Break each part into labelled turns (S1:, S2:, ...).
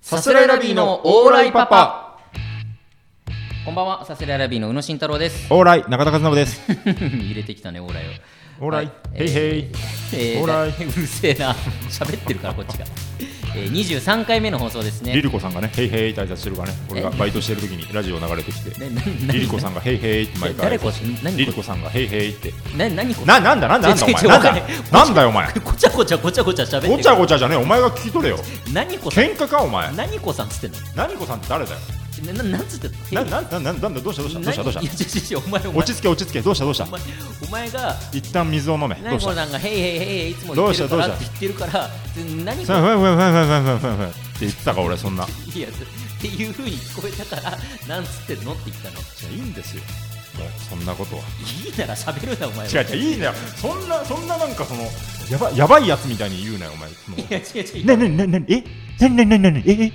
S1: さすらいラビーのオーライパパこんばんは、サスライラビーの宇野慎太郎です。
S2: オーライ中田和伸です。
S1: 入れてきたね、オーライを。
S2: オーライ、
S1: はい
S2: へいへい。
S1: えー
S2: オーライ
S1: うるせえな、喋ってるから、こっちが。えー、23回目の放送ですね。
S2: リルコさんがね、へいへいって挨拶してるからね、俺がバイトしてる時にラジオ流れてきて、
S1: ねなな
S2: リルコさんがへいへいって毎回挨
S1: 誰こ
S2: 拶して
S1: 何
S2: リルコさんがへいへいって。
S1: な何こ
S2: な、なんだなんだなんだお
S1: 違う違
S2: 前。な
S1: う
S2: んだ
S1: わかんない
S2: なんだよお前。
S1: ごちゃごちゃごちゃごちゃ喋ってる。
S2: ごちゃごちゃじゃねえ、お前が聞き取れよ。
S1: 何こさん
S2: 喧嘩かお前。
S1: 何こさんっつってんの
S2: 何子さんって誰だよ。
S1: なななんつってんの
S2: な、な、な、ななんだどうしたどうしたどうしたどう
S1: 何い
S2: し
S1: やちょちょちょお前お
S2: た。
S1: 前
S2: 落ち着け落ち着けどうしたどうした
S1: お。前お前が
S2: 一旦水を飲め。ど
S1: 何
S2: うし
S1: こ
S2: た。
S1: さんが「へいへいへいへい」いつも言ってるから
S2: ど
S1: っ
S2: う
S1: て
S2: し
S1: 言ってるからで何
S2: さあ
S1: こ
S2: ふんふんふんふんふんふんふんふんって言ってたか俺そんな。い
S1: いやっていう風に聞こえたからなんつってんのって言ったの
S2: やいいんですよ。もうそんなことは。
S1: いいなら喋るなお前は
S2: 違う違ういいねそんなそんななんかそのやばやばいやつみたいに言うなよお前その
S1: いや違う違う
S2: ななななえなになになにええ
S1: 違う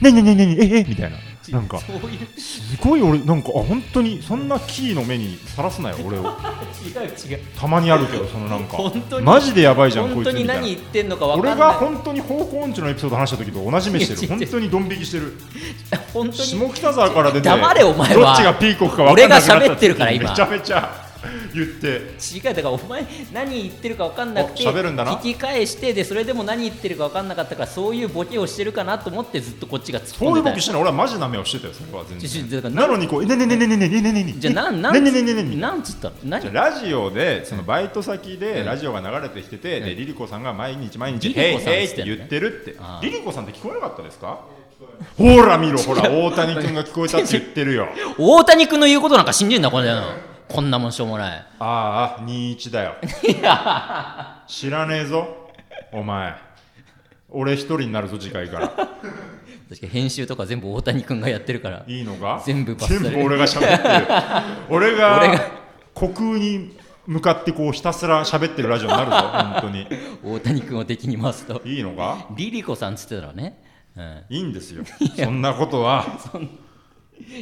S2: なになになにええみたいななんか
S1: そういう
S2: すごい俺なんかあ本当にそんなキーの目にさらすなよ俺を
S1: 違う違う
S2: たまにあるけどそのなんか
S1: 本当に
S2: マジでやばいじゃんこ
S1: 本
S2: い
S1: 当
S2: つ
S1: に
S2: みたい
S1: 何
S2: な
S1: 言ってんのかわか
S2: 俺
S1: んない
S2: が本当に方向音痴のエピソード話した時と同じ目してる
S1: いや違う違
S2: 本
S1: う
S2: 当にドン引きしてる
S1: 本当に
S2: 下北沢から出て
S1: 黙れお前は
S2: どっちがピーコクか分かんなくな
S1: 俺
S2: った
S1: が喋ってるから今
S2: めちゃめちゃ言って
S1: 違うだからお前何言ってるか分かんなくて
S2: お喋るんだな
S1: 聞き返してでそれでも何言ってるか分かんなかったからそういうボケをしてるかなと思ってずっとこっちが突っ
S2: そうい
S1: 込ん
S2: う
S1: で
S2: ボ
S1: た
S2: ケ
S1: よ
S2: してない俺はマジな目をしてたよそれは全
S1: ち
S2: 然
S1: ょちょだから
S2: なのにこう、ねねねねねねねねねね
S1: じゃあなんなん
S2: ね
S1: つ
S2: ねねねねねね
S1: なんつったの何
S2: じゃあラジオでそのバイト先でラジオが流れてきてて、でリリコさんが毎日毎日「
S1: リリ
S2: へい
S1: コさん
S2: へい」
S1: っつ
S2: っ
S1: って
S2: て
S1: んのね
S2: 言ってるって
S1: ああ
S2: リリコさんって聞こえなかったですかほら見ろほら大谷君が聞こえたって言って るよ
S1: 大谷君の言うことなんか信じんなこんなのこんなもんしょうもない
S2: ああ21だよ知らねえぞお前俺一人になるぞ次回から
S1: 確かに編集とか全部大谷君がやってるから
S2: いいのか
S1: 全部バッサリ
S2: 全部俺が喋ってる 俺が
S1: 俺が
S2: 虚空に向かってこうひたすら喋ってるラジオになるぞ本当に
S1: 大谷君を敵に回すと
S2: いいのか
S1: リリコさんつってたのね、うん、
S2: いいんですよそんなことは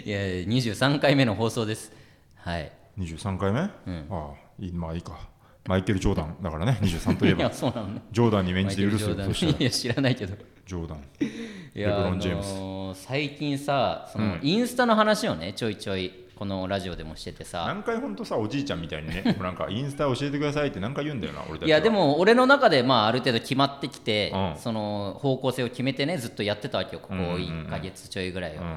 S2: い
S1: や23回目の放送ですはい
S2: 23回目、ああいいまあいいかマイケル・ジョーダンだからね23といえ
S1: いや
S2: ば
S1: そうなのね
S2: ジョーダンに免
S1: マイ
S2: じ
S1: ケ
S2: て許
S1: ルジ
S2: す
S1: ョ
S2: よ
S1: ーダ
S2: そしたら
S1: ンいや知らないけど
S2: ジョーダン
S1: い
S2: レブ
S1: や
S2: ロンジェームス
S1: あのー最近さそのインスタの話をねちょいちょいこのラジオでもしててさ
S2: 何回ほんとさおじいちゃんみたいに ねなんかインスタ教えてくださいって何回言うんだよな俺たちはい
S1: やでも俺の中でまあある程度決まってきて、
S2: うん
S1: その方向性を決めてねずっとやってたわけよここ
S2: うんうんうん
S1: 1か月ちょいぐらい
S2: う
S1: を、
S2: ん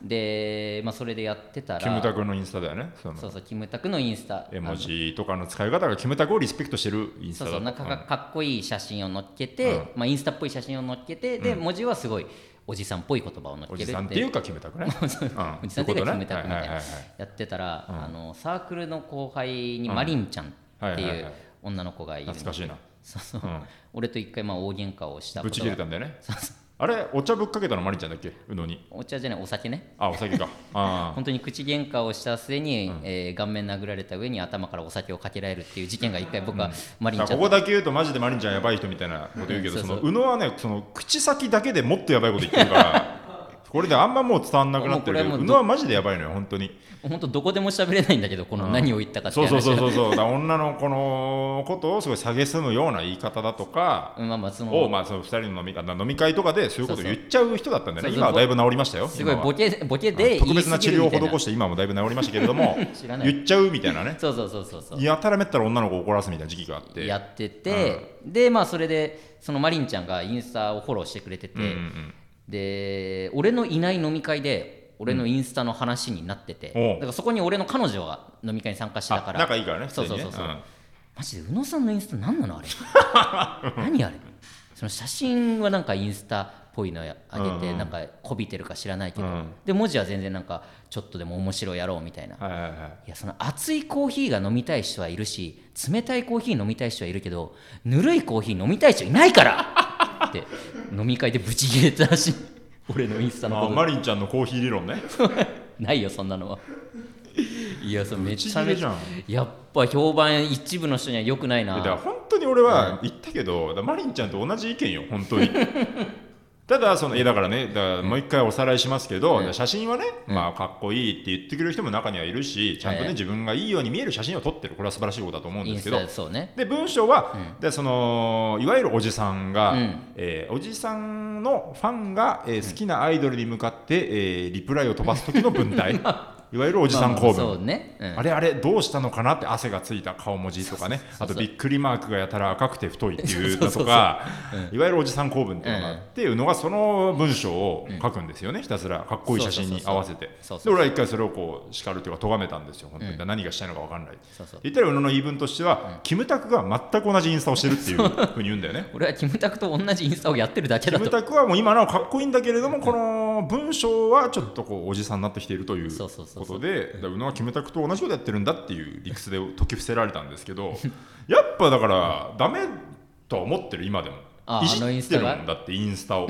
S1: で、まあ、それでやってたら
S2: キムタクのインスタだよねその
S1: そうそうキムタクのインスタ
S2: 絵文字とかの使い方がキムタクをリスペクトしてるインス
S1: そ
S2: タ
S1: う
S2: だ
S1: そうなんかかかっこいい写真を載っけて、
S2: うん
S1: まあ、インスタっぽい写真を載っけて、で文字はすごいおじさんっぽい言葉を載っ
S2: お
S1: け
S2: じ
S1: る
S2: さん
S1: っ
S2: ってていうかキムタ クね、うん、そういう
S1: おじさんっていう
S2: こ
S1: かキムタクみ
S2: とね
S1: たいな
S2: はいはいはいはい
S1: やってたら、あのサークルの後輩にマリンちゃんって
S2: はいはいいうはい
S1: 女の子がいるの、
S2: 懐かしいな
S1: そうそう、
S2: うん
S1: 俺と一回まあ大喧嘩をしたこ
S2: ぶ
S1: と
S2: ち
S1: が
S2: 切れたんだよねあれお茶ぶっかけたのマリンちゃんだっけうのに
S1: お茶じゃないお酒ね
S2: あお酒かああ
S1: 本当に口喧嘩をした末に、えー顔面殴られた上に頭からお酒をかけられるっていう事件が一回僕はマリン
S2: だ
S1: ち
S2: から
S1: ゃん
S2: ここだけ言うとマジでマリンちゃんやばい人みたいなこと言うけど、
S1: うん
S2: そ
S1: そうそう
S2: の宇野はねその口先だけでもっとやばいこと言ってるから これであんまもう伝わんなくなってるけ
S1: も
S2: ど
S1: うこれはも
S2: 宇
S1: う
S2: 野はマジでやばいのよ本当に
S1: 本当どこでも喋れないんだけどこの何を言ったかって
S2: そう
S1: 話
S2: そうそう
S1: う
S2: そうそうだから女の子のことをすごい蔑むような言い方だとか
S1: まあまあそ
S2: を、
S1: の
S2: まあ、その2人の飲み会飲み会とかでそういうこと
S1: そうそう
S2: 言っちゃう人だったんでね
S1: そうそう
S2: 今はだいぶ治りましたよ
S1: すごい
S2: 今は
S1: ボケボケで
S2: 特別な治療を
S1: 言い過ぎるみたいな
S2: 施して今もだいぶ治りましたけれども
S1: 知らない
S2: 言っちゃうみたいなね
S1: そうそうそうそうそう
S2: やたらめったら女の子を怒らすみたいな時期があって
S1: やってて、でまあそれでそのマリンちゃんがインスタをフォローしてくれてて、
S2: うんうんうん
S1: で俺のいない飲み会で俺のインスタの話になってて、
S2: うんおう
S1: だからそこに俺の彼女が飲み会に参加してた
S2: あ
S1: から
S2: 仲いいからね普通
S1: そ
S2: に
S1: うそ
S2: ね
S1: うそうそう、
S2: うん
S1: マジで宇野さんのインスタ何なのあ れ何あれその写真はなんかインスタっぽいのや上げて、
S2: うんうん
S1: なんかこびてるか知らないけど、
S2: うん
S1: で文字は全然なんかちょっとでも面白いやろうみたいな
S2: はいはいはい
S1: いやその熱いコーヒーが飲みたい人はいるし冷たいコーヒー飲みたい人はいるけどぬるいコーヒー飲みたい人いないから って飲み会でブチ切れたらしい 俺のインスタの
S2: まあ、
S1: こと
S2: マリンちゃんのコーヒー理論ね。
S1: ないよそんなのはいやそれめちゃ
S2: ブチ切
S1: め
S2: れ
S1: ち
S2: じゃ
S1: ゃ
S2: ん
S1: やっぱ評判一部の人には良くない
S2: だ
S1: な
S2: から本当に俺は言ったけど、だからマリンちゃんと同じ意見よ、本当に。 ただそのえだからねだからもう一回おさらいしますけど、写真はね、まあ、かっこいいって言ってくれる人も中にはいるしちゃんと
S1: え
S2: ね
S1: え
S2: 自分がいいように見える写真を撮ってるこれは素晴らしいことだと思うん
S1: イ
S2: で
S1: ン
S2: すけ
S1: ス
S2: ど
S1: タそうね
S2: で文章は、でそのいわゆるおじさんが、
S1: うん
S2: えーおじさんのファンが、えー好きなアイドルに向かって、えーリプライを飛ばす時の文体 いわゆるおじさん
S1: まあ
S2: 構
S1: まあ
S2: 文
S1: そうね、うん
S2: あれあれどうしたのかなって汗がついた顔文字とかねあとびっくりマークがやたら赤くて太いっていうのとかいわゆるおじさん構文っていうのがあっていうのがその文章を書くんですよねひたすらかっこいい写真に合わせて
S1: そうそうそうそうそ
S2: で
S1: う
S2: 俺は一回それをこう叱るというか咎めたんですよ本当に何がしたいのか分かんない
S1: そうそう
S2: 言ったら宇野の言い分としてはキムタクが全く同じインスタをしてるっていうふうに言うんだよね
S1: 俺はキムタクと同じインスタをやってるだけ
S2: キ
S1: だ
S2: ム
S1: と
S2: タクはもう今のはかっこいいんだけれども、この文章はちょっとこうおじさんになってきているという
S1: そうそうそう
S2: こ
S1: そ
S2: と
S1: う
S2: で、だから宇野はキムタクと同じことやってるんだっていう理屈で解き伏せられたんですけ ど、やっぱだから、ダメとは思ってる、今でも
S1: あ。
S2: いじ
S1: あのイン
S2: っ
S1: ス
S2: て
S1: タ
S2: るも
S1: が
S2: んだって、インスタを。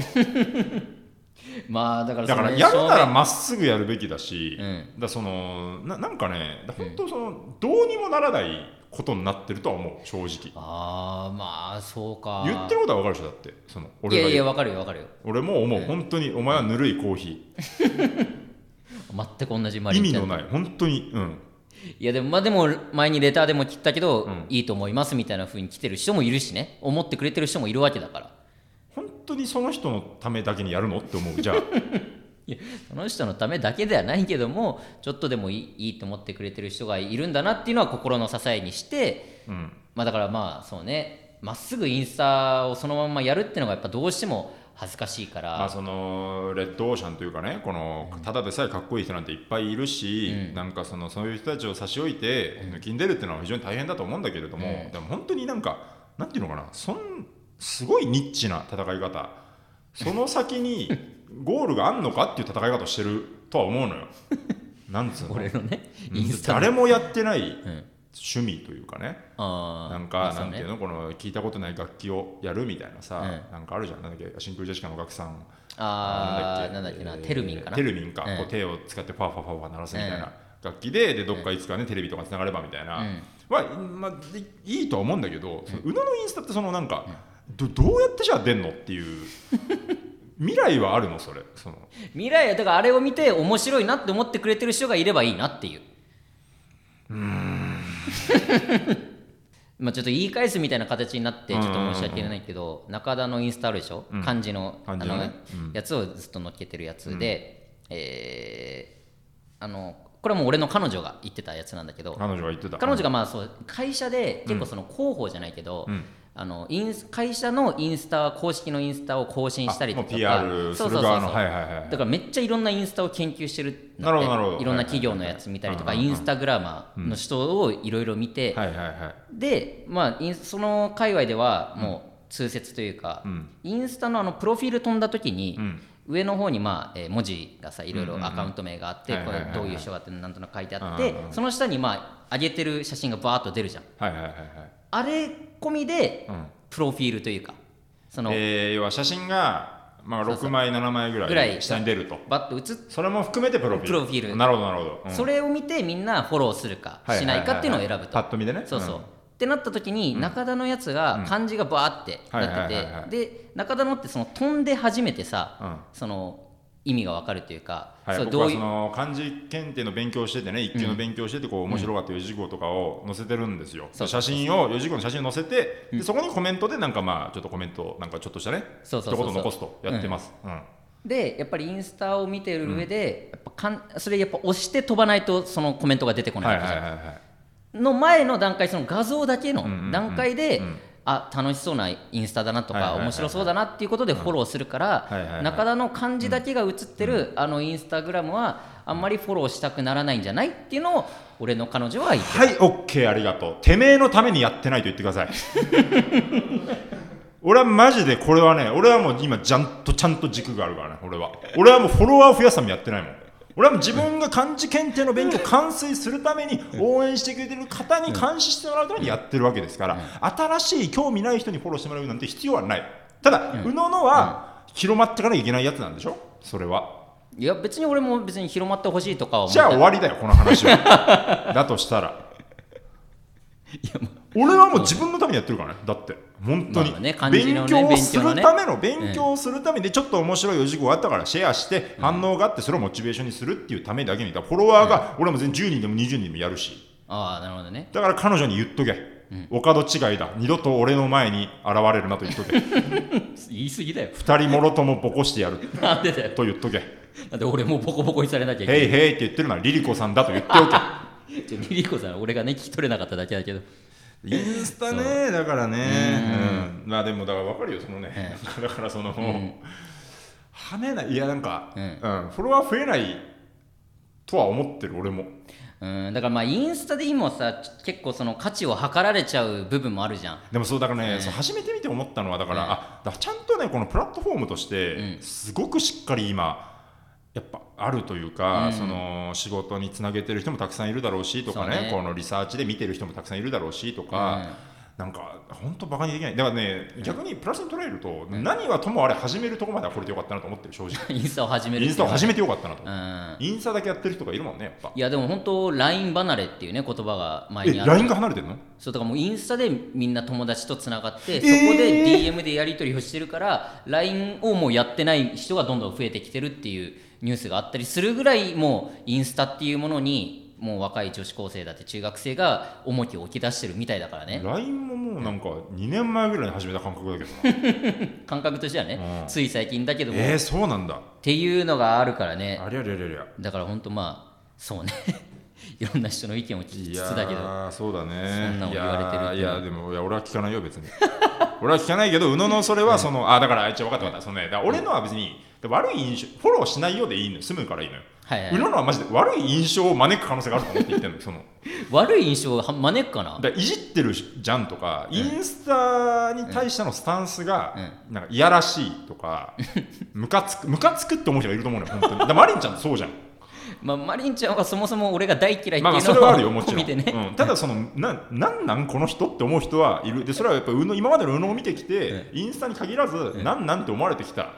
S1: まあだから
S2: だから
S1: その
S2: やるなら
S1: 正面
S2: まっすぐやるべきだし、
S1: うん
S2: だからそのななんかね、だから本当その、どうにもならないことになってるとは思う、正直。
S1: ああまあそうか
S2: 言ってることは分かるでしょ、だって、その
S1: い
S2: 俺
S1: や
S2: が
S1: いやわかるよわかるよ
S2: 俺も思う、本当にお前はぬるいコーヒー。
S1: 全く同じマリ
S2: 意
S1: ン
S2: 味
S1: ちゃん
S2: のない本当にうん
S1: いやでもまあでも前にレターでも切ったけど、
S2: うん
S1: いいと思いますみたいな風に来てる人もいるしね思ってくれてる人もいるわけだから
S2: 本当にその人のためだけにやるのって思 うじゃあ
S1: いやその人のためだけではないけどもちょっとでもいいいいと思ってくれてる人がいるんだなっていうのは心の支えにして
S2: うん
S1: まあだからまあそうねまっすぐインスタをそのまんまやるっていうのがやっぱどうしても恥ずかしいから、
S2: まあそのレッドオーシャンというかねこのただでさえかっこいい人なんていっぱいいるし、なんかそのそういう人たちを差し置いて抜きんでるっていうのは非常に大変だと思うんだけれども、でも本当になんかなんていうのかなそんすごいニッチな戦い方その先にゴールがあんのかっていう戦い方をしてるとは思うの よ。なんつうの
S1: 俺のねインスタの
S2: 誰もやってない
S1: うん
S2: 趣味というかね、
S1: あー
S2: なんか、
S1: まあそ
S2: な
S1: うん
S2: て
S1: ね
S2: いうのこの聞いたことない楽器をやるみたいなさ、
S1: う
S2: なんかあるじゃんなんだっけ真空ジェシカの学さん
S1: あーなんだっけな、
S2: えー
S1: テルミンかな
S2: テルミンか、
S1: うん
S2: こう手を使ってパワーパワーパワー鳴らすみたいな、
S1: うん
S2: 楽器ででどっかいつかね、テレビとかつながればみたいな、
S1: うん
S2: まあまあでいいとは思うんだけど、その宇野のインスタってそのなんか、どどうやってじゃあ出んのっていう 未来はあるのそれその
S1: 未来はだからあれを見て面白いなって思ってくれてる人がいればいいなっていう まあちょっと言い返すみたいな形になってちょっと申し訳ないけど中田のインスタあるでしょ、
S2: ん
S1: 漢字の
S2: 漢字のね
S1: あのやつをずっと載っけてるやつで、えーあのこれはもう俺の彼女が言ってたやつなんだけど
S2: 彼女が言ってた
S1: 彼女がまあそう会社で結構その広報じゃないけど、
S2: うん
S1: あのインス会社のインスタ公式のインスタを更新したりとか
S2: あもう PR する側のはいはいはいはい
S1: だからめっちゃいろんなインスタを研究してるんだって
S2: なるほどなるほど
S1: いろんな企業のやつ見たりとか、
S2: はいはいはい
S1: インスタグラマーの人をいろいろ見て、
S2: はいはいはい
S1: で、まあ、インその界隈ではもう通説というか、
S2: うん
S1: インスタのあのプロフィール飛んだ時に、
S2: うん
S1: 上の方にまあ、えー文字がさいろいろアカウント名があって
S2: はい
S1: こ
S2: はいはい
S1: れ
S2: はい
S1: どういう人がってなんとなく書いてあっ
S2: う
S1: て
S2: んうんうん
S1: その下にまあ上げてる写真がバーッと出るじゃん
S2: はいはいはい
S1: あれ込みで
S2: はいうん
S1: プロフィールというかその
S2: えー要は写真が、まあ、
S1: そうそう
S2: 6枚7枚ぐ
S1: ぐ
S2: ら
S1: ら
S2: い
S1: い
S2: 下に出ると
S1: バッと写って
S2: それも含めてプロフィール
S1: プロフィール
S2: なるほどなるほど、うん
S1: それを見てみんなフォローするか
S2: はは
S1: し
S2: は
S1: ないかっていうのを選ぶと
S2: パッと見でね
S1: そうそう、
S2: ん
S1: ってなった時に中田のやつが漢字がバーってなっ
S2: はいはいはいは
S1: て
S2: い
S1: てで中田のってその飛んで初めてさ、
S2: うん
S1: その意味がわかるというか、
S2: はい、
S1: それ
S2: 僕
S1: ど
S2: は
S1: うい
S2: そうの漢字検定の勉強をしててね一級の勉強をしててこう面白かった四字熟語とかを載せてるんですよ、
S1: そうそ
S2: 写真を四字熟語の写真を載せて、でそこにコメントでなんかまあちょっとコメントなんかちょっとしたね
S1: そうそうそうそう
S2: 一言残すとやってます、うん
S1: でやっぱりインスタを見てる上で、やっぱかんそれやっぱ押して飛ばないとそのコメントが出てこな
S2: はいい
S1: わ
S2: は
S1: け
S2: い
S1: じゃ
S2: は
S1: ん
S2: いはい
S1: の前の段階その画像だけ
S2: んうんうん
S1: の段階で、
S2: うん
S1: あ楽しそうなインスタだなと
S2: はいは
S1: か
S2: いはいはい
S1: 面白そうだなっていうことでフォローするか
S2: はいはいは
S1: ら
S2: い
S1: 中田の漢字だけが写ってるあのインスタグラムはあんまりフォローしたくならないんじゃないっていうのを俺の彼女は言って
S2: はい、オッケーありがとう。てめえのためにやってないと言ってください。 俺はマジでこれはね、俺はもう今ちゃんとちゃんと軸があるからね、俺は。俺はもうフォロワー増やすためにやってないもん。俺はもう自分が漢字検定の勉強を完遂するために応援してくれてる方に監視してもらうためにやってるわけですから、新しい興味ない人にフォローしてもらうなんて必要はない。ただ、宇野のは広まってからいけないやつなんでしょそれは。
S1: いや別に俺も別に広まってほしいとかは思っ
S2: じゃあ
S1: た
S2: 終わりだよ、この話は。だとしたら。
S1: いやもう
S2: 俺はもう自分のためにやってるからねだって本当に、
S1: まあね漢字の
S2: 勉強
S1: ね
S2: を
S1: 勉
S2: す
S1: 強
S2: る
S1: のね
S2: ための勉強をするためでちょっと面白い四字熟語があったからシェアして反応があってそれをモチベーションにするっていうためだけにだからフォロワーが俺も全10人でも20人でもやるし
S1: ああなるほどね
S2: だから彼女に言っとけ、お門違いだ二度と俺の前に現れるなと言っとけ
S1: 言い過ぎだよ
S2: 二人もろともボコしてやる
S1: なんでだよ
S2: と言っとけ
S1: だって俺もうボコボコにされなきゃいけない
S2: ヘイヘイって言ってるのはリリコさんだと言っておけ
S1: ちょリリコさん俺がね聞き取れなかっただけだけど
S2: インスタねだからねうんまあでもだから分かるよそのね、だからその、跳ねないいやなんか、
S1: う
S2: うんんフォロワー増えないとは思ってる俺も
S1: うんだからまあインスタで今さ結構その価値を測られちゃう部分もあるじゃん
S2: でもそうだからね、そう初めて見て思ったのはだから,、
S1: うん
S2: あだからちゃんとねこのプラットフォームとして
S1: うん
S2: すごくしっかり今やっぱあるというか、
S1: うん
S2: その仕事につなげてる人もたくさんいるだろうしとか
S1: そう
S2: ね
S1: ね
S2: このリサーチで見てる人もたくさんいるだろうしとか、なんか本当バカにできないだからね、逆にプラスに捉えると、何はともあれ始めるとこまではこれでよかったなと思ってる正直
S1: インスタを始める
S2: インスタを始
S1: め
S2: めてよかったなと、
S1: うん
S2: インスタだけやってる人がいるもんねやっぱ
S1: いやでも本当 LINE 離れっていうね言葉が前
S2: え
S1: にある
S2: LINE が離れてるの
S1: そうだからもうインスタでみんな友達とつながって、
S2: えー
S1: そこで DM でやり取りをしてるから LINE をもうやってない人がどんどん増えてきてるっていうニュースがあったりするぐらいもうインスタっていうものにもう若い女子高生だって中学生が重きを置き出してるみたいだからね
S2: LINE ももうなんか2年前ぐらいに始めた感覚だけどな
S1: 感覚としてはね、
S2: うん
S1: つい最近だけども、
S2: えー、
S1: っ
S2: そうなんだ
S1: ていうのがあるからね
S2: ありゃりゃりゃりゃ
S1: だから本当まあそうね いろんな人の意見を聞きつつだけ
S2: い
S1: ど
S2: やーそうだね
S1: そんなんを言われてるってい
S2: い
S1: う
S2: やーいやでもいや俺は聞かないよ別に 俺は聞かないけど宇野のそれはその、あだからあいつ分かった分かったそのねだから俺のは別に悪い印象フォローしないようでいいのよ済むからいいのよ
S1: はいはい
S2: 宇野のはマジで悪い印象を招く可能性があると思って言ってるのよ その
S1: 悪い印象をは招くかな
S2: だからいじってるじゃんとか、インスタに対してのスタンスが、なんかいやらしいと か、ムカつくムカつくって思う人がいると思うのよ本当にだからマリンちゃんそうじゃん
S1: まあ、マリンちゃんはそもそも俺が大嫌いっていう
S2: まあま
S1: の
S2: あそれはあるよ
S1: を
S2: もちろん、
S1: 見てね、
S2: うん、ただそのななんなんこの人って思う人はいるでそれはやっぱ宇野今までの宇野を見てきて、インスタに限らず、なんなんって思われてきた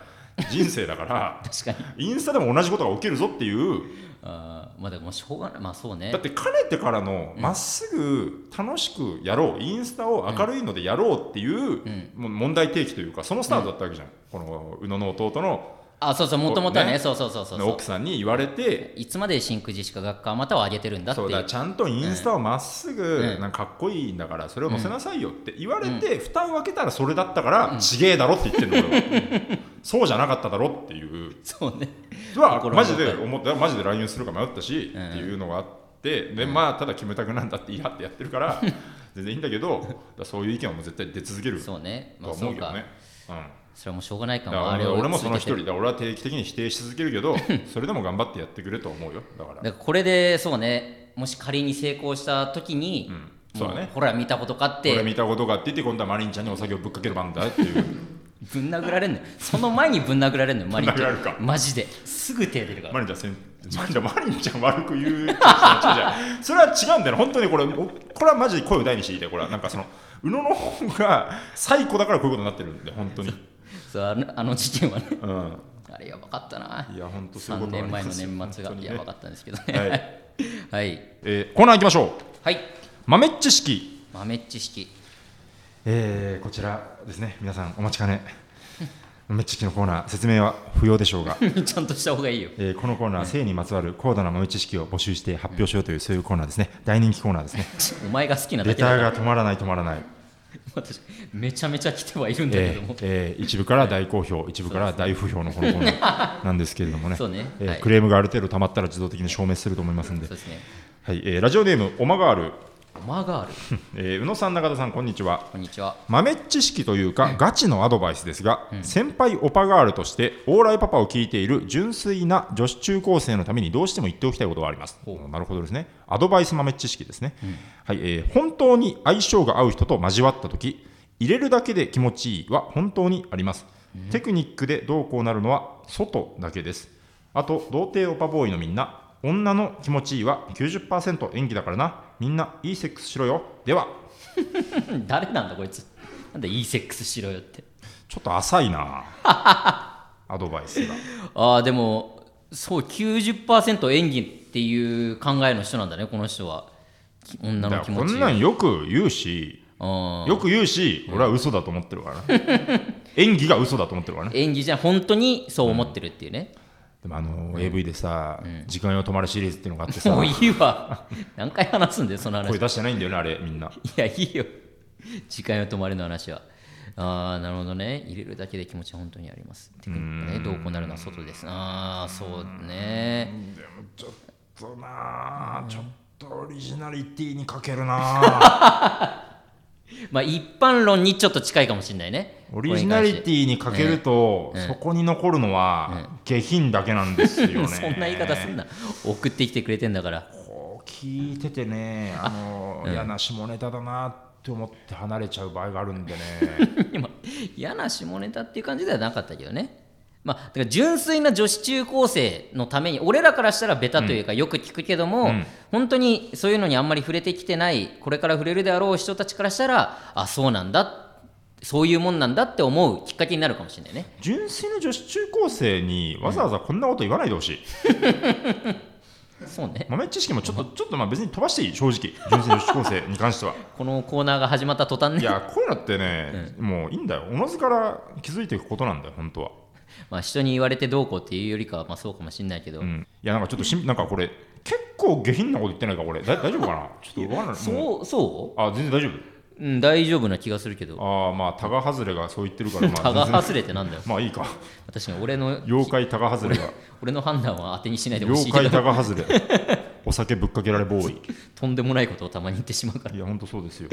S2: 人生だから
S1: 確かに
S2: インスタでも同じことが起きるぞっていう
S1: あーまあでもしょうがないまあそうね
S2: だってかねてからのまっすぐ楽しくやろうインスタを明るいのでやろうっていう、もう問題提起というかそのスタートだったわけじゃん、この宇野の弟の
S1: あそうそうもともとはね
S2: ね
S1: そうそうそうそうそう
S2: 奥さんに言われて
S1: いつまで真空ジェシカ学科またを上げてるんだってい
S2: そううだちゃんとインスタをまっすぐ、
S1: ん
S2: なんかかっこいいんだからそれを載せなさいよって言われて、蓋を開けたらそれだったから、ちげえだろって言ってるの俺は そうじゃなかっただろっていう
S1: そうね
S2: は
S1: 心の
S2: マジ
S1: 中で
S2: で思ったマジで LINE するか迷ったし、
S1: うん
S2: っていうのがあってでまあただキムタクなんだって嫌ってやってるから 全然いいんだけどだからそういう意見はもう絶対出続けると
S1: そうねまあ
S2: は
S1: そ
S2: 思
S1: う
S2: うけど
S1: か
S2: ね。うん
S1: それはもうしょうがないか
S2: だか
S1: もあれ
S2: ら
S1: を
S2: 俺もその一
S1: 続けて
S2: 人だ俺は定期的に否定し続けるけ どそれでも頑張ってやってくれと思うよだから
S1: だからこれでそうねもし仮に成功した時に、
S2: うんそうだね
S1: もほら見たことかっ
S2: これ
S1: て
S2: 見たことがあって言って今度はマリンちゃんにお酒をぶっかける番だっていう
S1: ぶん殴られんのよその前にぶん殴られんのよマリンち
S2: ぶん
S1: ゃ
S2: 殴られるか
S1: んマジですぐ手出るから
S2: マリンちゃんせん、マリンちゃん、マリンちゃん悪く言う。違う違う違うそれは違うんだよ。本当にこれ、おこれはマジで声を大にして言いたい。これはなんかその、宇野の方が最高だからこういうことになってるんで、本当に。
S1: そうあのあの事件はね
S2: うん。
S1: あれやばかったない
S2: や、本当そういう
S1: 3
S2: こと
S1: 年前の
S2: があり
S1: 年
S2: ます
S1: 末
S2: よ
S1: が
S2: 本当にね
S1: やばかったんですけど
S2: は
S1: ね
S2: い。
S1: はい
S2: えーコーナー行きましょう。
S1: はい
S2: 豆知識。
S1: 豆知識
S2: えーこちらですね。皆さんお待ちかね。 豆知識のコーナー、説明は不要でしょう が。
S1: ちゃんとした方がいいよ
S2: えーこのコーナーは性にまつわる高度な豆知識を募集して発表しようという、そういうコーナーですね。大人気コーナーです ね。
S1: お前が好きなだ
S2: レ
S1: けだ
S2: ター
S1: から
S2: が止まらない止まらない。
S1: 私めちゃめちゃ来てはいるんだけ
S2: え
S1: ども
S2: ー、えー一部から大好評、一部から大不評のこのコーナーなんですけれどもね、
S1: そうね
S2: えー
S1: はい
S2: クレームがある程度たまったら自動的に消滅すると思いますんで
S1: そう、ですね
S2: はいえーラジオネーム、オマガール、
S1: マガール
S2: えー宇野さん、中田さん、こんにちは。
S1: こんにちは
S2: 豆知識というか、ガチのアドバイスですが、先輩オパガールとして、オーライパパを聞いている純粋な女子中高生のためにどうしても言っておきたいことがあります。なるほどですね。アドバイス豆知識ですね。はい、えー本当に相性が合う人と交わったとき、入れるだけで気持ちいいは本当にあります。テクニックでどうこうなるのは外だけです。あと、童貞オパボーイのみんな、女の気持ちいいは90%演技だからな。みんないいセックスしろよ。では、
S1: うん誰なんだこいつなんでいいセックスしろよって
S2: ちょっと浅い なアドバイスが
S1: ああでもそう90%演技っていう考えの人なんだねこの人はき女
S2: だ
S1: の
S2: か
S1: 気
S2: らこ
S1: 持ち
S2: んなんよく言うし
S1: うん
S2: よく言うし、俺は嘘だと思ってるから ね演技が嘘だと思ってるからね
S1: 演技じゃない本当にそう思ってるっていうね、
S2: でもあの AV でさ、時間よ止まるシリーズっていうのがあって さ
S1: もういいわ何回話すんだよその話
S2: 声出してないんだよねあれみんない
S1: やいいよ時間よ止まるの話はああなるほどね入れるだけで気持ちは本当にありますテクニックねどうこうなるのは外ですああそうね
S2: でもちょっとなあちょっとオリジナリティに欠ける なあ
S1: まあ一般論にちょっと近いかもしれないね
S2: オリジナリティに欠けると、そこに残るのは、下品だけなんですよ
S1: これ
S2: ね
S1: に関して そんな言い方すんな送ってきてくれてんだから
S2: こう聞いててねあの嫌な下ネタだなって思って離れちゃう場合があるんでね
S1: 今嫌な下ネタっていう感じではなかったけどねまあ、だから純粋な女子中高生のために俺らからしたらベタというかよく聞くけども、
S2: ん
S1: 本当にそういうのにあんまり触れてきてないこれから触れるであろう人たちからしたらあそうなんだそういうもんなんだって思うきっかけになるかもしれないね
S2: 純粋な女子中高生にわざわざこんなこと言わないでほしい、
S1: そうね
S2: 豆知識もちょっとちょっとまあ別に飛ばしていい正直純粋な女子高生に関して は
S1: このコーナーが始まった途端
S2: い
S1: ね
S2: やこういうのってね、もういいんだよおのずから気づいていくことなんだよ本当は、
S1: まあ人に言われてどうこうっていうよりかはまあそうかもしれないけど、
S2: うん、いやなんかちょっとしんなんかこれ結構下品なこと言ってないか俺だ大丈夫かなちょっと分からないもう
S1: そうそ
S2: あ全然大丈
S1: う、うん、大丈夫な気がするけど
S2: 夫ああまあタガハズレがそう言ってるからまあ
S1: タガ
S2: 全然
S1: 外れってなんだよ
S2: まあいいか
S1: 確かに俺の
S2: 妖怪タガハズレが
S1: 俺の判断は当てにしないでほし
S2: 妖怪
S1: いけど
S2: タガハズレ お酒ぶっかけられボーイ
S1: とんでもないことをたまに言ってしまうから
S2: いや本当そうですよ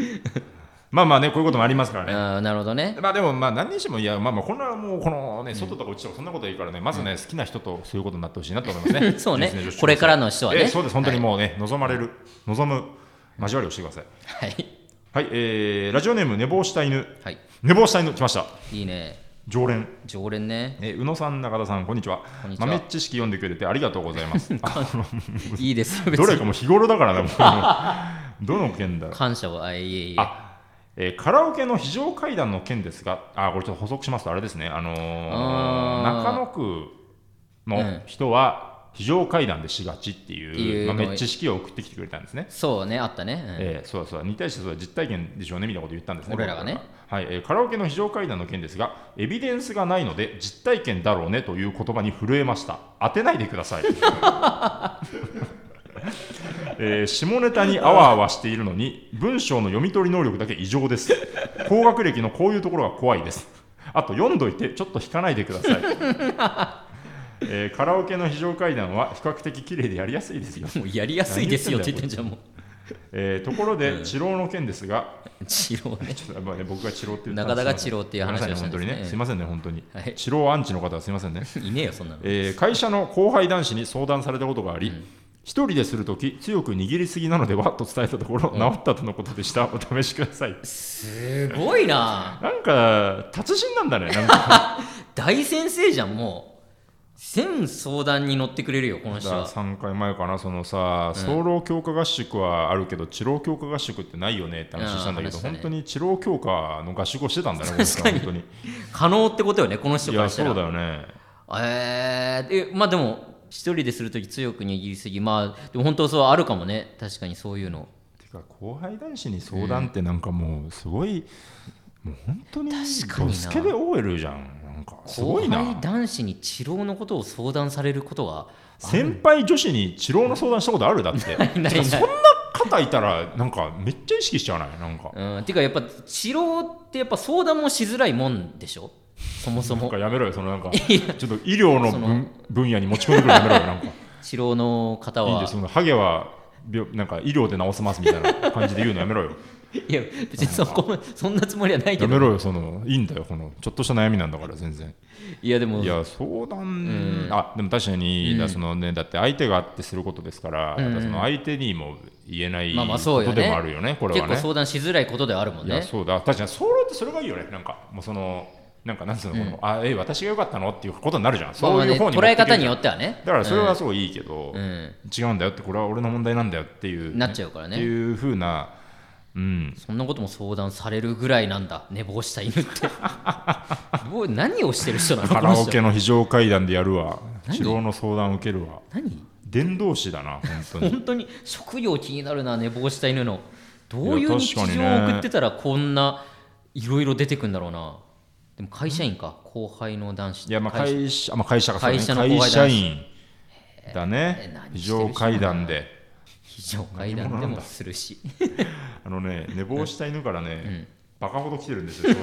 S2: まあまあねこういうこともありますから ね
S1: あーなるほどね
S2: まあでもまあ何にしてもいやまあまあこんなもうこのね外とかうちとかそんなことはいいからねまずね好きな人とそういうことになってほしいなと思いますね
S1: そうね
S2: 人生 女子高生
S1: これからの人はね
S2: ええそうです本当にもうね望まれる望む交わりをしてください
S1: はい
S2: はいえーラジオネーム寝坊した犬
S1: はい
S2: 寝坊した犬来ました
S1: いいね
S2: 常連
S1: 常 連ね
S2: えー宇野さん中田さんこんにちは
S1: こんにちは
S2: 豆知識読んでくれてありがとうござい ますあ
S1: いいですよ別
S2: ど
S1: に
S2: れかもう日頃だからねもう どの件だろう
S1: 感謝はあいえいえいえ
S2: あえーカラオケの非常階段の件ですが、あーこれちょっと補足しますと、あれですね、あのー
S1: あー
S2: 中野区
S1: うん
S2: の人は非常階段でしがちってい、
S1: いううの
S2: まあ、めっちゃ式を送ってきてくれたんですね。
S1: そうねあったね、うん
S2: えーそうだそうだに対してそれは実体験でしょうねみたいなこと言ったんですね、
S1: 俺らがね
S2: 僕らが。はいえーカラオケの非常階段の件ですが、エビデンスがないので、実体験だろうねという言葉に震えました、当てないでください。 えー下ネタにあわあわしているのに文章の読み取り能力だけ異常です高学歴のこういうところが怖いですあと読んどいてちょっと引かないでください、 えーカラオケの非常階段は比較的綺麗でやりやすいですよ、
S1: もうやりやすいですよって言ってんじゃんも
S2: えーところで治療の件ですが、
S1: う治療 ね
S2: ちょっとまあね僕が治療って言った
S1: 中田が治療っていう話を
S2: を
S1: し
S2: したた
S1: ん
S2: んで
S1: で
S2: すす
S1: ね
S2: ねすいませんね本当に、
S1: はい
S2: 治療アンチの方はすいません ね
S1: いねえよそんなの
S2: えー会社の後輩男子に相談されたことがあり、一人でするとき強く握りすぎなのではと伝えたところ、治ったとのことでしたお試しくだ さい
S1: すごいな
S2: なんか達人なんだねなん か
S1: 大先生じゃんもう全相談に乗ってくれるよこの人は
S2: 3回前かなそのさ早漏強化合宿はあるけど治療強化合宿ってないよねって話したんだけど、
S1: うん話したね
S2: 本当に治療強化の合宿をしてたんだねこの人は
S1: 確
S2: 本当に
S1: 可能ってことよねこの人
S2: い
S1: から
S2: や
S1: した
S2: そう
S1: ら
S2: だよね
S1: えー、えまあでも一人でするとき強く握りすぎまあでも本当そうあるかもね確かにそういうの
S2: てか後輩男子に相談ってなんかもうすごい、もう本当に
S1: かにな
S2: ドスケベ OL じゃんなんかすご
S1: 後
S2: いな
S1: 輩男子に治療のことを相談されることは
S2: 先輩女子に治療の相談したことあるだって
S1: ないないない
S2: そんな方いたらなんかめっちゃ意識しちゃわないなんか
S1: うんていうかやっぱ治療ってやっぱ相談もしづらいもんでしょそもそ
S2: なん
S1: も
S2: かやめろよその なんかちょっと医療の分分野に持ち込んでくるのやめろよ なんか
S1: 治療の方
S2: いいん
S1: は
S2: ですそのハゲは病なんか医療で治せますみたいな感じで言うのやめろよ
S1: いや別にそこそんなつもりはないけ
S2: やめ
S1: ど
S2: ろよそのいいんだよこのちょっとした悩みなんだから全然
S1: いやでも
S2: いや相談、あでも確かに、だそのねだって相手があってすることですから、やっぱその相手にも言えない
S1: まあまあ
S2: こ
S1: そうよね
S2: とでもあるよねこれ
S1: 結
S2: は
S1: 構
S2: ね
S1: 相談しづらいことではあるもん
S2: いや
S1: ね
S2: そうだ確かにソロってそれがいいよねなんかもうそのなんかなんつうの、このあえ私が良かったのっていうことになるじゃん
S1: まあ
S2: そういう方に持っ
S1: まあ
S2: て
S1: ね捉
S2: い
S1: え
S2: けるじゃ
S1: 方
S2: ん
S1: によってはね
S2: だからそれはすごいいいけど、
S1: うん
S2: 違うんだよってこれは俺の問題なんだよっていう、
S1: なっちゃうからね
S2: っていう風なうん
S1: そんなことも相談されるぐらいなんだ寝坊した犬って もう何をしてる人なの
S2: カ
S1: この
S2: ラオ
S1: 人
S2: ケの非常階段でやるわ治療の相談受けるわ
S1: 何
S2: 伝道師だな本当に
S1: 本当に職業気になるな寝坊した犬のどういう日常を
S2: いや確かにね
S1: 送ってたらこんないろいろ出てくんだろうなでも会社員か後輩の男子
S2: いやまあ会
S1: 会社
S2: 社あまあ会社がそうね
S1: 会社の後
S2: 会
S1: 輩だし
S2: 社員だ
S1: えー
S2: ね
S1: 何
S2: 非
S1: してる人
S2: 常階段で
S1: 非常階段でもするし
S2: あのね寝坊した犬からね、バカほど来てるんですよ正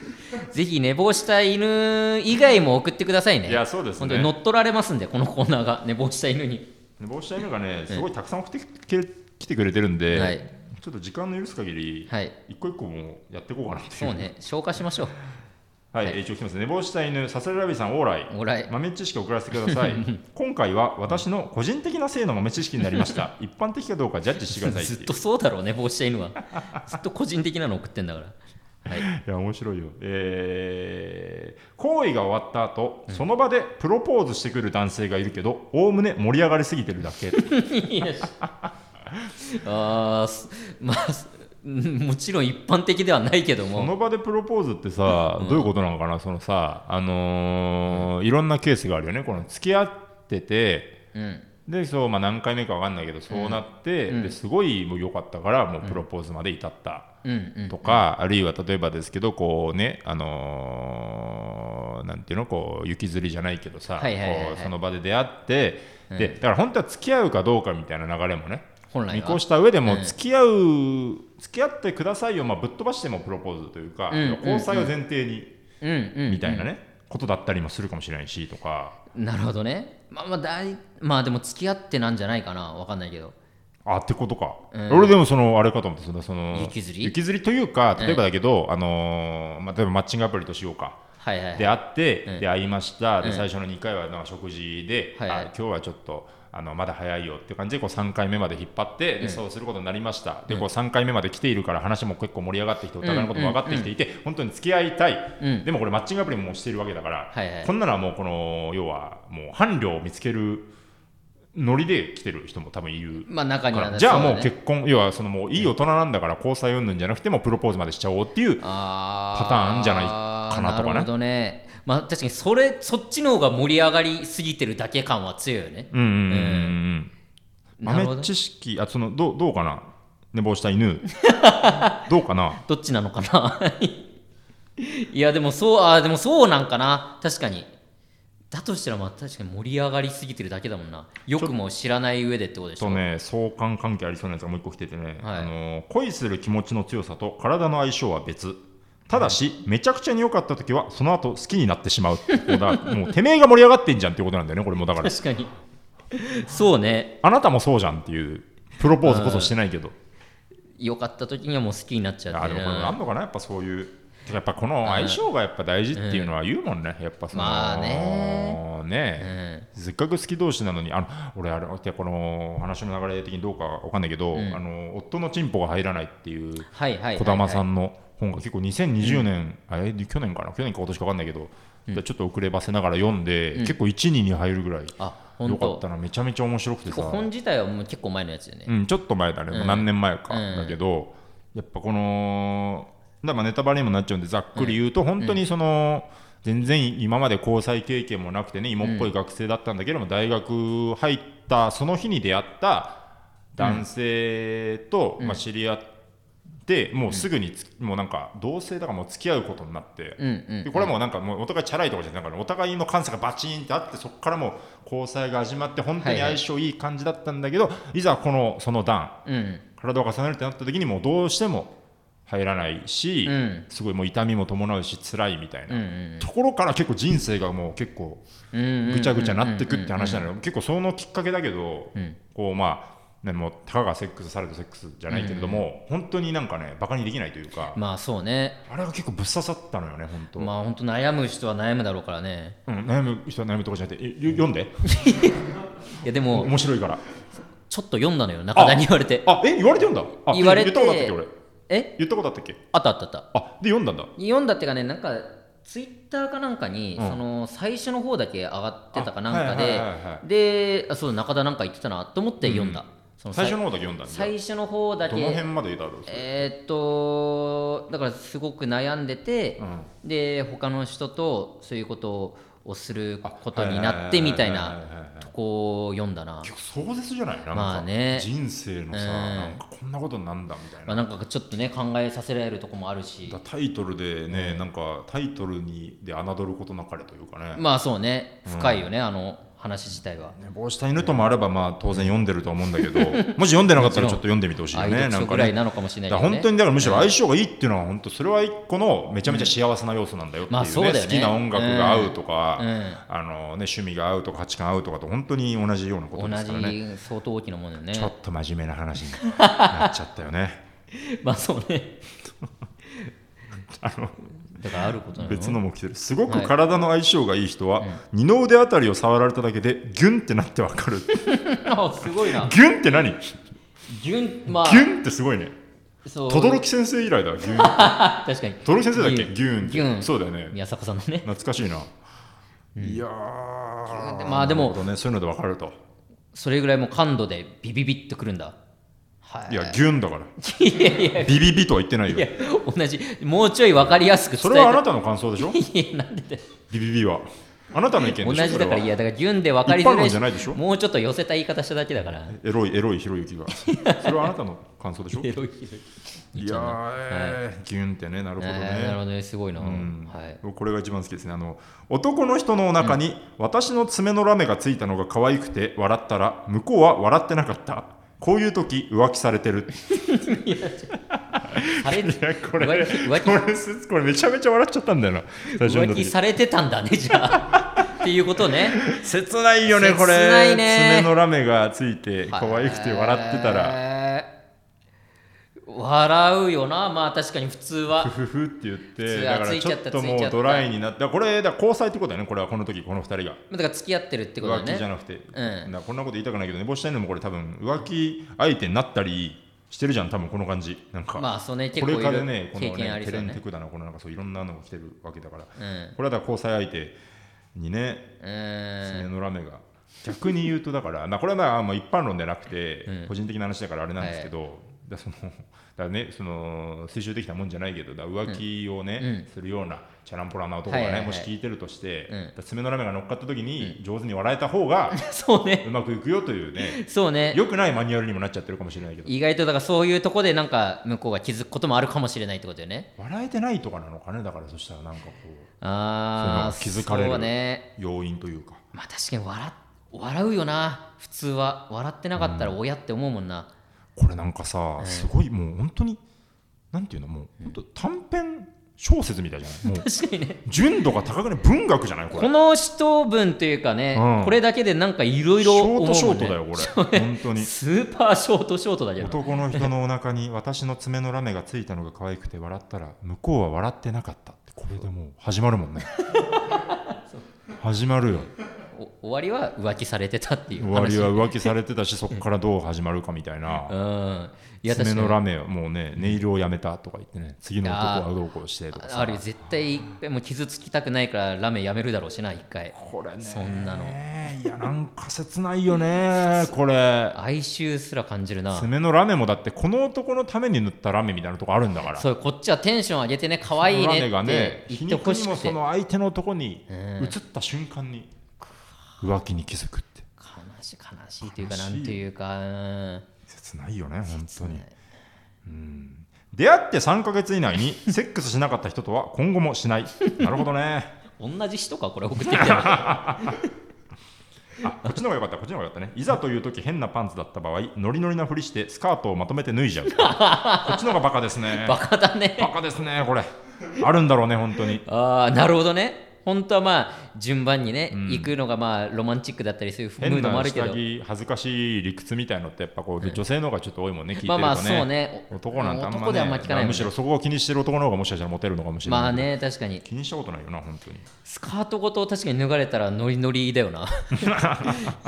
S2: 直
S1: ぜひ寝坊した犬以外も送ってくださいね
S2: いやそうですね
S1: 本当に乗っ取られますんでこのコーナーが寝坊した犬に
S2: 寝坊した犬がねすごいたくさん送ってきて来てくれてるんで、
S1: はい
S2: ちょっと時間の許す限り、
S1: はい
S2: 一個一個もうやっていこうかなってい
S1: そううね消化しましょう
S2: はい、
S1: は
S2: えー一応来てます。寝坊した犬、ササラビさん、オーライ。
S1: オーライ
S2: 豆知識を送らせてくだ さい。今回は私の個人的な性の豆知識になりました。一般的かどうかジャッジしてくださいてい
S1: ず
S2: う。
S1: っとそうだろう寝坊した犬はずっと個人的なの送ってんだからはい
S2: いや、面白いよ。えー行為が終わった後、その場でプロポーズしてくる男性がいるけど、おおむね盛り上がりすぎてるだけ。
S1: あーすまあすうんもちろん一般的ではないけど
S2: そ
S1: も
S2: の場でプロポーズってさ、どういうことなのかな、そのさ、あのーいろんなケースがあるよね。この付き合ってて、
S1: うん
S2: でそう、まあ、何回目か分かんないけどそうなって、ですごいもう良かったからもうプロポーズまで至った
S1: うんうん
S2: とか、あるいは例えばですけどこうねあのーなんていうのこう雪吊りじゃないけどさ
S1: はいはいはいはい
S2: こうその場で出会って、でだから本当は付き合うかどうかみたいな流れもね
S1: 本来
S2: 見
S1: は
S2: 越した上でも付き合う、付き合ってくださいよ、まあ、ぶっ飛ばしてもプロポーズというか、
S1: うん
S2: 交際を前提に
S1: うんうん
S2: みたいなね、ことだったりもするかもしれないしとか
S1: なるほどねまあまあだいまあでも付き合ってなんじゃないかなわかんないけど
S2: あってことか、
S1: うん
S2: 俺でもそのあれかと思ってそのその
S1: 雪吊り
S2: 雪吊りというか例えばだけど、あのーまあ、例えばマッチングアプリとしようか
S1: はいはい
S2: で
S1: はい
S2: 会って、
S1: うん
S2: で会いました、
S1: うん
S2: で最初の2回はなんか食事で、
S1: はいはい
S2: あ今日はちょっとあのまだ早いよっていう感じでこう3回目まで引っ張って、で
S1: うん
S2: そうすることになりましたでこう3回目まで来ているから話も結構盛り上がってきてお互いのことも分かってきていて、本当に付き合いたい、
S1: うん
S2: でもこれマッチングアプリももうしているわけだから、
S1: はいはい
S2: こんなのはもうこの要はもう伴侶を見つけるノリで来てる人も多分いる
S1: まあ中にはね
S2: じゃあもう
S1: そだね
S2: 結婚、要はそのもういい大人なんだから交際云々じゃなくてもうプロポーズまでしちゃおうっていう
S1: あ
S2: パターンじゃないかなとかね
S1: なるほどねまあ確かにそれそっちの方が盛り上がりすぎてるだけ感は強いよね
S2: うんうんうんうんうん
S1: なるほど
S2: 豆知識あそのどうどうかな寝坊した 犬どうかな
S1: どっちなのかな いやでもそうあーでもそうなんかな確かにだとしたらまあ確かに盛り上がりすぎてるだけだもんなよくも知らない上でってことでし
S2: と
S1: ょ
S2: ね相関関係ありそうなやつがもう一個来ててね、
S1: はい
S2: あの恋する気持ちの強さと体の相性は別ただし、めちゃくちゃに良かった時はその後好きになってしまうってことだ もうてめえが盛り上がってんじゃんっていうことなんだよねこれもだ から
S1: 確かにそうね
S2: あなたもそうじゃんっていうプロポーズこそしてないけど
S1: 良かった時にはもう好きになっちゃ
S2: あ
S1: って
S2: で
S1: ね
S2: もこれあんのかなやっぱそういうてかやっぱこの相性がやっぱ大事っていうのは言うもんねやっぱその
S1: まあね
S2: ねせっかく好き同士なのにあの俺あれてこの話の流れ的にどうかわかんないけど、あの夫のチンポが入らないっていう
S1: はいはいはいはい
S2: 児玉さんの本が結構2020年、あれ去年かな去年か今年かわかんないけど、でちょっと遅ればせながら読んで、結構1、2に入るぐらい
S1: あ
S2: よ
S1: 本
S2: かった
S1: 当
S2: なめちゃめちゃ面白くてさ
S1: 本自体はもう結構前のやつよね
S2: うん、ちょっと前だね、もう何年前か、
S1: うん
S2: だけどやっぱこのだからまあネタバレにもなっちゃうんでざっくり言うと、本当にその、全然今まで交際経験もなくてね芋っぽい学生だったんだけども、大学入ったその日に出会った男性と、まあ、知り合ってもうすぐにつ、もうなんか同性だからもう付き合うことになって、
S1: うんうん
S2: でこれはもうなんかもうお互いチャラいとかじゃなくてお互いの感性がバチーンってあってそこからもう交際が始まって本当に相性いい感じだったんだけど、いざこのその段
S1: うん
S2: 体を重ねるってなった時にもうどうしても入らないし、
S1: うん
S2: すごいもう痛みも伴うし辛いみたいな、
S1: うんうん
S2: ところから結構人生がもう結構
S1: うんうん
S2: ぐちゃぐちゃなってくって話なのよ結構そのきっかけだけど、
S1: うん
S2: こうまあねもうたかがセックスされたセックスじゃないけれども、本当になんかねバカにできないというか、
S1: まあそうね
S2: あれが結構ぶっ刺さったのよね本当、
S1: まあ本当悩む人は悩むだろうからね
S2: うん、悩む人は悩むとこじゃなくてえよ読んで
S1: いやでも
S2: 面白いから
S1: ちょっと読んだのよ中田に言われて
S2: あえ言われて読んだあ
S1: 言われて
S2: 言ったことあったっけ俺
S1: え
S2: 言ったことあったっけ
S1: あったあったあった
S2: あで読んだんだ
S1: 読んだってかねなんかツイッターかなんかに、
S2: うん
S1: その最初の方だけ上がってたかなんかで、
S2: あはいはいはいは
S1: であそう中田なんか言ってたなと思って読んだ、その
S2: 最
S1: 最
S2: 初の方だけ読んだんだ
S1: 最初の方だ
S2: どの辺
S1: け
S2: まで言うだろう
S1: えーっとだからすごく悩んでて、
S2: うん
S1: で他の人とそういうことをすることになってみたい
S2: はいはいはいはい
S1: な
S2: はい
S1: とこを読んだな。
S2: 結構壮絶じゃないなんか、
S1: まあね
S2: 人生のさ、
S1: うん
S2: なんかこんなことになんだみたい
S1: ま
S2: な,、
S1: あ、なんかちょっとね考えさせられるとこもあるし
S2: だタイトルでね、なんかタイトルにで侮ることなかれというかね、
S1: まあそうね深いよね、あの話自体は。
S2: ね帽子た犬ともあればまあ当然読んでると思うんだけ ど、もし読んでなかったらちょっと読んでみてほしいよ
S1: 愛
S2: ね。
S1: 読
S2: な
S1: 書
S2: んか
S1: ぐら
S2: ね
S1: いなのかもしれない
S2: だ
S1: け
S2: から
S1: どね。
S2: 本当にだからむしろ相性がいいっていうのは本当それは一個のめちゃめちゃ幸せな要素なんだよっていう
S1: まあ
S2: ね,、
S1: そうだよね
S2: 好きな音楽が合うとか、
S1: うん
S2: あのね、趣味が合うとか価値観合うとかと本当に同じようなことですから
S1: 同
S2: ね
S1: じ相当大きなもんだよね
S2: ちょっと真面目な話になっちゃったよね
S1: まあそうね
S2: あの
S1: だからあることなの
S2: 別のも来てるすごく体の相性がいい人は、二の腕あたりを触られただけでギュンってなってわか る
S1: あすごいな
S2: ギュンって何ギ
S1: 順まあ
S2: ュンってすごいね
S1: そう
S2: 轟木先生以来だギュン
S1: 確かに
S2: トロ先生だっけ
S1: ギュ
S2: ギューンって
S1: ギューン
S2: そうだよね
S1: 宮坂さんのね
S2: 懐かしいな、いや
S1: ンっ
S2: ー
S1: てまあでも
S2: なるほどね、そういうので分かると
S1: それぐらいもう感度でビビビッとくるんだはい
S2: いやギューンだから
S1: いやいや
S2: ビビビとは言ってないよ
S1: いや同じもうちょい分かりやすく
S2: そ
S1: 伝え
S2: れはあなた
S1: た
S2: の感想でしょ
S1: いやなんでだよ
S2: ビビビはあなたの意見でし
S1: 同
S2: ょ
S1: じだからい
S2: それは
S1: やだから順で分かりづ
S2: 一般
S1: ら
S2: 論
S1: い
S2: じゃないでしょ
S1: もうちょっと寄せた言い方しただけだから
S2: エロいエロいひろゆきがそれはあなたの感想でしょい
S1: エロいひどい
S2: やー、えーギューンってねなるほど
S1: えーなる
S2: ね
S1: ほどねすごいな
S2: うん
S1: はい
S2: これが一番好きですねあの男の人のお腹に私の爪のラメがついたのが可愛くて笑ったら向こうは笑ってなかったこういう時浮気されてる
S1: され
S2: いやこれ
S1: 浮気浮気
S2: これすこれめちゃめちゃ笑っちゃったんだよな最初の
S1: 浮気
S2: 時
S1: されてたんだねじゃあ っていうことね
S2: 切ないよねこれ
S1: 切ないね
S2: 爪のラメがついて可愛くて笑ってたら
S1: ら笑うよなまあ確かに普通は
S2: ふふふって言っ
S1: 普
S2: て
S1: 通
S2: だか
S1: あつ
S2: ら
S1: い
S2: ち
S1: ち
S2: ょ
S1: ゃ
S2: っ
S1: った
S2: と
S1: つい
S2: も
S1: ちゃ
S2: う
S1: った
S2: ドライになってだからこれだから交際ってことだよねこれはこの時この二人が
S1: だから付き合ってるってこと
S2: 浮気
S1: だ
S2: じゃ
S1: ね
S2: なくて
S1: うん
S2: なこんなこと言いたくないけど寝坊したいのもこれ多分浮気相手になったりしてるじゃん多分この感じなんか
S1: まあそうね結
S2: こ
S1: 構い
S2: れ
S1: ろい
S2: か
S1: ろ
S2: らねこの
S1: 経験あ
S2: ね
S1: り
S2: テ
S1: そう
S2: レ
S1: だ
S2: ン
S1: ね
S2: テクだなこのなんかそういろんなのが来てるわけだから
S1: うん
S2: これはだから交際相手にね
S1: うーん
S2: 爪のラメが逆に言うとだからなこれはまあまあ一般論でなくて、個人的な話だからあれなんですけど、だそのだからねその推奨できたもんじゃないけどだ浮気をね、するようなチャランポランな男がね、
S1: はいはいはい
S2: もし聞いてるとして、
S1: うん
S2: だ爪のラメが乗っかった時に上手に笑えた方 が
S1: そうね
S2: うまくいくよというね
S1: そうね
S2: 良くないマニュアルにもなっちゃってるかもしれないけど
S1: 意外とだからそういうとこでなんか向こうが気づくこともあるかもしれないってことよね
S2: 笑えてないとかなのかねだからそしたらなんかこ
S1: ああ
S2: そういうのが気づかれる
S1: そうね
S2: う要因というか
S1: まあ確かに笑笑うよな普通は笑ってなかったら親って思うもん な、
S2: これなんかさ、すごいもう本当になんていうのもう本当短編小説みたいじゃないもう
S1: 確かにね
S2: 純度が高くない文学じゃないこ
S1: こ
S2: れ
S1: の一文というかね、
S2: うん
S1: これだけでなんかいろいろ
S2: シ
S1: 思う
S2: ョー
S1: もんね
S2: トショートだよこれ本当に
S1: スーパーショートショートだけどな
S2: 男の人のお腹 に私の爪のラメがついたのが可愛くて笑ったら向こうは笑ってなかったってこれでもう始まる もんね始まるよ
S1: お終わりは浮気されてたっていう
S2: 終わり
S1: 話
S2: は浮気されてたしそこからどう始まるかみたいな
S1: うんいや
S2: 爪
S1: 確
S2: の
S1: かに
S2: ラメをもうねネイルをやめたとか言ってね次の男はどうこうしてとか
S1: あ
S2: さ
S1: あるよ絶対一回もう傷つきたくないからラメやめるだろうしな一回
S2: これね
S1: そんなの
S2: いやなんか切ないよねこれ
S1: 哀愁すら感じるな
S2: 爪のラメもだってこの男のために塗ったラメみたいなとこあるんだから
S1: そうこっちはテンション上げてね可愛いね
S2: ラメが
S1: っ
S2: ね
S1: て
S2: 皮
S1: 言って
S2: 肉
S1: ほ
S2: に
S1: し
S2: も
S1: く
S2: そ
S1: て
S2: の相手の男に
S1: うん
S2: 移った瞬間に浮気に気づくって
S1: 悲しい悲しいというか
S2: 悲
S1: な
S2: しい
S1: んというかうん
S2: 切ないよね本当にうん出会って3ヶ月以 内にセックスしなかった人とは今後もしないなるほどね
S1: 同じ人かこれ送ってき たの
S2: あこっちの方が良かったこっちの方が良かったねいざという時変なパンツだった場合ノリノリなふりしてスカートをまとめて脱いじゃうこっちの方がバカですね
S1: バカだね
S2: バカですねこれあるんだろうね本当に
S1: ああなるほどね本当はまあ順番にね、行くのがまあロマンチックだったりそういうム
S2: 変
S1: ードもあ
S2: な
S1: るけ
S2: 下
S1: ど
S2: 着恥ずかしい理屈みたいのってやっぱこう、女性の方がちょっと多いもんね聞いてる
S1: ま
S2: と
S1: あ
S2: ね,、
S1: まあそうねお
S2: 男なんてあんま,、ね
S1: 男ではあんま聞かないもんね
S2: むしろそこを気にしてる男の方がもしかしたらモテるのかもしれない
S1: まあね確かに
S2: 気にしたことないよな本当に
S1: スカートごと確かに脱がれたらノリノリだ よな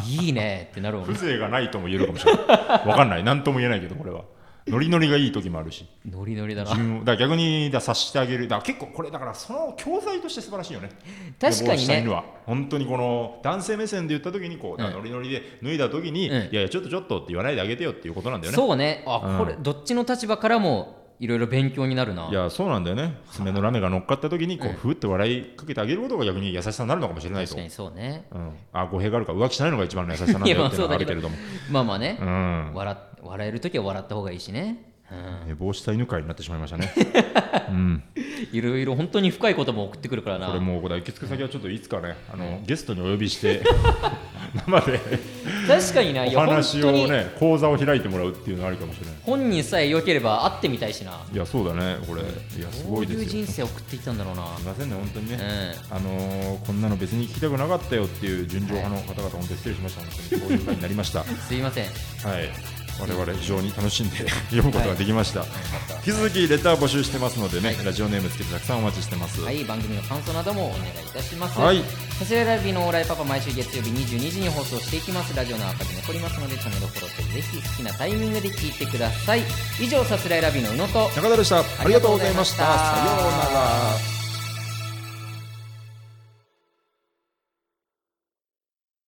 S1: いいねってなるもんね
S2: 風情がないとも言えるかもしれないわかんない何とも言えないけどこれはノリノリがいい時もあるし
S1: ノリノリだな
S2: 順をだから逆にだ察してあげるだから結構これだからその教材として素晴らしいよね
S1: 確か
S2: 予防し
S1: に
S2: た犬
S1: ね
S2: は本当にこの男性目線で言った時にこう、だからノリノリで脱いだ時に、
S1: うん
S2: いやいやちょっとちょっとって言わないであげてよっていうことなんだよね
S1: そうねあ、これどっちの立場からもいろいろ勉強になるない
S2: やそうなんだよ ね爪のラメが乗っかった時にこうふーって笑いかけてあげることが逆に優しさになるのかもしれないと
S1: 確か、にそうね
S2: うん、あ語弊があるから浮気しないのが一番の優しさなんだよっていうのがあるけれ ども
S1: まあまあね、
S2: うん
S1: 笑っ笑える時は笑った方がいいしね、うん
S2: 寝坊した犬飼いになってしまいました ね
S1: いろいろ本当に深いことも送ってくるからな
S2: これもうこれ行き着く先はちょっといつかねあのゲストにお呼びして 生で
S1: 確かにない
S2: お
S1: や本
S2: 話
S1: 当
S2: を
S1: に
S2: ね講座を開いてもらうっていうのあるかもしれない
S1: 本人さえ良ければ会ってみたいしない
S2: やそうだねこれいやす
S1: ど
S2: ご
S1: う
S2: いで
S1: いう
S2: すよ
S1: 人生送っていったんだろうな
S2: すいませんね本当にね、
S1: う
S2: あのーこんなの別に聞きたくなかったよっていう純情派の方々本当に失礼しました本当にこういう会になりましたは
S1: すいません
S2: い我々非常に楽しんで読むことができました、引き続きレター募集してますのでね、ラジオネームつけてたくさんお待ちしてます、
S1: はい、番組の感想などもお願いいたします。
S2: はい
S1: さすらいラビのオーライパパ毎週月曜日22時に放送していきます。ラジオのアーカイブ残りますので、チャンネルフォローしてぜひ好きなタイミングで聞いてください。以上、さすらいラビの宇野と、
S2: 中田でしたありがとうございました
S1: ありがとうございました
S2: さようなら